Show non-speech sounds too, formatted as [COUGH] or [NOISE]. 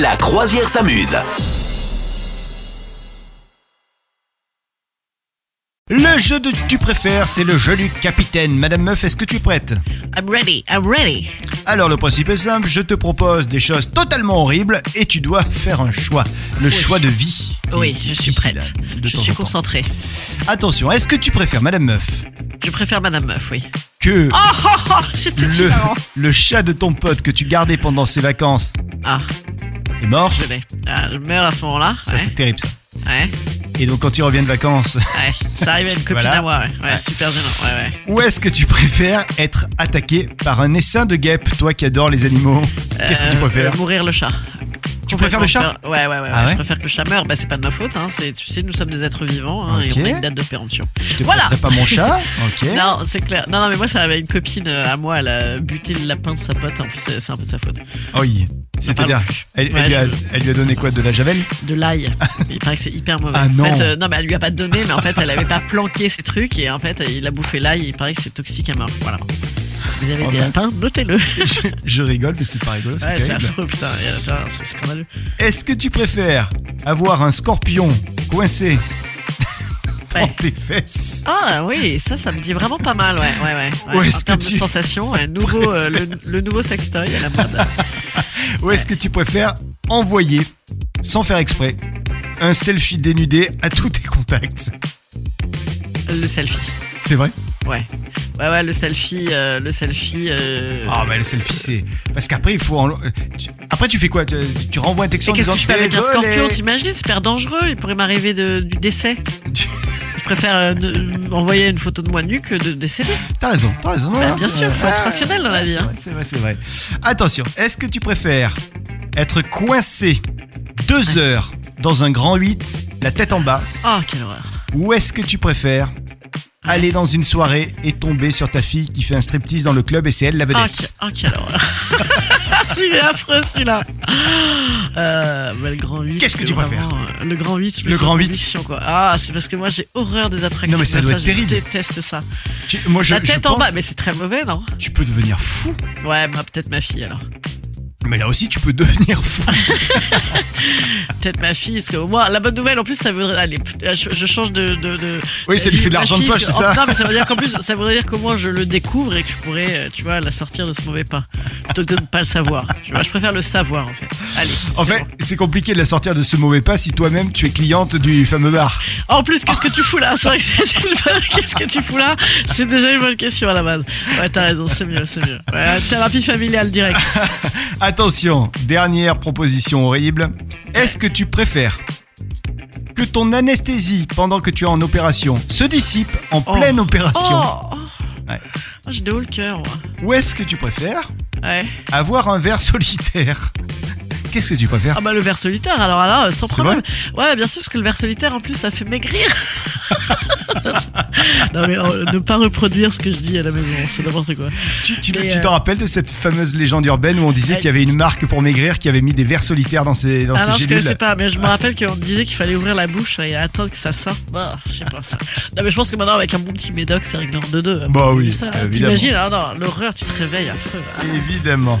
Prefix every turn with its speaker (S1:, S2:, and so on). S1: La croisière s'amuse.
S2: Le jeu de tu préfères, c'est le jeu du capitaine. Madame Meuf, est-ce que tu es prête
S3: I'm ready, I'm ready.
S2: Alors le principe est simple, je te propose des choses totalement horribles et tu dois [LAUGHS] faire un choix. Le choix de vie. qui
S3: Oui,
S2: est
S3: je suis
S2: difficile,
S3: prête.
S2: hein, de
S3: Je
S2: temps
S3: suis
S2: en temps.
S3: concentrée.
S2: Attention, est-ce que tu préfères, Madame Meuf,
S3: Je préfère Madame Meuf, oui.
S2: que
S3: Oh, oh, oh c'était
S2: le,
S3: hilarant.
S2: [LAUGHS] le chat de ton pote que tu gardais pendant ses vacances
S3: Ah,
S2: est mort
S3: je l'ai. Ah, je meurs à ce moment-là.
S2: Ça
S3: ouais.
S2: c'est terrible ça.
S3: ouais,
S2: Et donc quand tu reviens de vacances, [LAUGHS]
S3: ouais. Ça arrive à une copine
S2: Voilà.
S3: à moi, ouais. Ouais, super gênant. Ouais, ouais.
S2: où est-ce que tu préfères être attaqué par un essaim de guêpe, toi qui adores les animaux Qu'est-ce que tu
S3: Euh,
S2: préfères
S3: euh, Mourir le chat.
S2: Tu préfères le chat
S3: Ouais, ouais, ouais, ouais,
S2: Ah ouais
S3: Je préfère que le chat meure. Bah, c'est pas de ma faute. Hein. C'est- Tu sais, nous sommes des êtres vivants hein,
S2: Ok.
S3: et on a une date de péremption.
S2: Je te
S3: Voilà.
S2: prêterai pas mon
S3: [LAUGHS]
S2: chat, ok.
S3: Non, c'est clair. Non, non, mais moi, ça avait une copine euh, à moi. Elle a buté le lapin de sa pote. En plus, c'est c'est un peu de sa faute.
S2: Ah Oui, c'est-à-dire,
S3: parle plus.
S2: elle,
S3: Ouais,
S2: elle lui a-
S3: je-
S2: elle lui a donné quoi De la
S3: [LAUGHS]
S2: javel
S3: de l'ail. Il paraît que c'est hyper mauvais.
S2: Ah non.
S3: En fait, euh, non, mais elle lui a pas donné, mais en fait, elle avait pas planqué ses trucs et en fait, il a bouffé l'ail. Il paraît que c'est toxique à mort. Voilà. Si vous avez
S2: Oh
S3: des
S2: mince.
S3: lapins, notez-le.
S2: je, je rigole, mais c'est pas rigolo, c'est
S3: Ouais, c'est
S2: terrible.
S3: affreux, putain. Et, euh, putain, C'est scandaleux.
S2: Est-ce que tu préfères avoir un scorpion
S3: [LAUGHS]
S2: coincé dans
S3: Ouais.
S2: tes fesses
S3: Ah oui, ça, ça me dit vraiment pas mal. Ouais, ouais, ouais. ouais.
S2: Où est-ce
S3: en
S2: que
S3: termes
S2: tu-
S3: de sensation, ouais, nouveau, euh, le, le nouveau sextoy à la mode.
S2: Ou est-ce que tu préfères envoyer, sans faire exprès, un selfie dénudé à tous tes contacts
S3: Le selfie.
S2: C'est vrai
S3: Ouais. Ouais, ouais, le selfie. euh, le selfie. euh,
S2: Ah, mais le selfie, c'est. Parce qu'après, il faut. en- tu- Après, tu fais quoi tu, tu renvoies un texte
S3: Et
S2: en
S3: qu'est-ce
S2: disant
S3: que je fais avec un
S2: Désolé.
S3: scorpion T'imagines, c'est hyper dangereux. Il pourrait m'arriver de- du
S2: [LAUGHS]
S3: décès. Je préfère euh, ne- envoyer une photo de moi nue que de décéder.
S2: T'as raison, t'as raison. non,
S3: Bah,
S2: non,
S3: bien
S2: c'est
S3: sûr,
S2: vrai.
S3: faut être
S2: Ah,
S3: rationnel dans la vie,
S2: c'est
S3: hein.
S2: vrai, C'est vrai, c'est vrai. Attention, est-ce que tu préfères être coincé deux heures dans un grand 8, la tête en bas,
S3: Oh, quelle horreur.
S2: ou est-ce que tu préfères aller dans une soirée et tomber sur ta fille qui fait un striptease dans le club et c'est elle la
S3: Oh,
S2: vedette
S3: que- oh, quelle horreur. [LAUGHS] c'est affreux celui-là. Euh, bah, le grand 8.
S2: Qu'est-ce que tu
S3: vraiment,
S2: préfères
S3: euh, Le grand 8.
S2: Le grand 8.
S3: Quoi. Ah, c'est parce que moi j'ai horreur des attractions.
S2: Non, mais ça
S3: Bah,
S2: doit être terrible.
S3: Je déteste ça.
S2: Tu- Moi, je,
S3: La
S2: je
S3: tête en
S2: pense
S3: bas, mais c'est très mauvais, non
S2: que tu peux devenir fou.
S3: Ouais, bah, peut-être ma fille alors.
S2: Mais là aussi, tu peux [LAUGHS] devenir fou.
S3: Ah, Peut-être ma fille, parce que moi, la bonne nouvelle en plus, ça veut. Allez, p- je, je change de. de, de
S2: Oui, ça lui
S3: d'avis
S2: fait de
S3: ma
S2: l'argent de
S3: fille,
S2: poche,
S3: parce
S2: c'est ça
S3: que- Non, mais ça veut dire qu'en plus, ça voudrait dire que moi, je le découvre et que je pourrais, euh, tu vois, la sortir de ce mauvais pas. Plutôt que de ne pas le savoir. Tu vois, je préfère le savoir, en fait. Allez.
S2: En
S3: oh, c'est
S2: fait,
S3: bon.
S2: c'est compliqué de la sortir de ce mauvais pas si toi-même tu es cliente du fameux bar.
S3: En plus, qu'est-ce que tu fous là C'est vrai que c'est une bonne- [LAUGHS] Qu'est-ce que tu fous là C'est déjà une bonne question à la base. Ouais, t'as raison, c'est mieux, c'est mieux. Ouais, thérapie familiale direct.
S2: Attention, dernière proposition horrible. Est-ce que tu préfères que ton anesthésie pendant que tu es en opération se dissipe en
S3: Oh.
S2: pleine opération
S3: Oh
S2: Ouais.
S3: Oh, J'ai des hauts le cœur, moi.
S2: Ou est-ce que tu préfères
S3: Ouais.
S2: avoir un verre [LAUGHS] solitaire Qu'est-ce que tu préfères
S3: Ah bah le verre solitaire, alors là, euh, sans
S2: C'est
S3: problème. Ouais, bien sûr, parce que le verre solitaire, en plus, ça fait maigrir. [LAUGHS] non mais euh, ne pas reproduire ce que je dis à la maison, hein, c'est n'importe quoi.
S2: Tu tu-
S3: mais,
S2: tu
S3: euh,
S2: t'en rappelles de cette fameuse légende urbaine où on disait
S3: Ouais.
S2: qu'il y avait une marque pour maigrir qui avait mis des verres solitaires dans ses, dans
S3: ah
S2: ses
S3: non, je
S2: gélules
S3: connaissais pas, mais je me rappelle qu'on me disait qu'il fallait ouvrir la bouche et attendre que ça sorte. Bah, je sais pas ça. Non mais je pense que maintenant, avec un bon petit médoc, c'est réglé en deux deux.
S2: Bah oui,
S3: Ça,
S2: évidemment.
S3: T'imagines, ah non, l'horreur, tu te réveilles affreux. Ah.
S2: Évidemment.